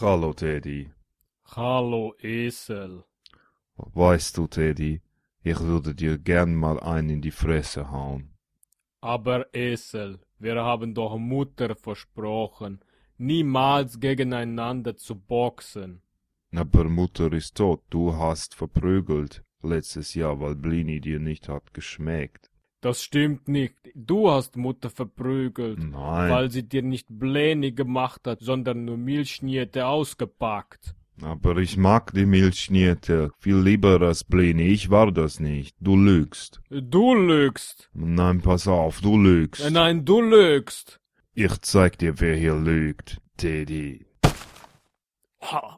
Hallo Teddy. Hallo Esel. Weißt du, Teddy, ich würde dir gern mal einen in die Fresse hauen. Aber Esel, wir haben doch Mutter versprochen, niemals gegeneinander zu boxen. Aber Mutter ist tot, du hast verprügelt letztes Jahr, weil Blini dir nicht hat geschmeckt. Das stimmt nicht. Du hast Mutter verprügelt, Nein, weil sie dir nicht Blähne gemacht hat, sondern nur Milchschnitte ausgepackt. aber ich mag die Milchschnitte viel lieber als Blini. Ich war das nicht. Du lügst. Du lügst. Nein, pass auf, du lügst. Äh, Nein, du lügst. Ich zeig dir, wer hier lügt, Teddy. Ha.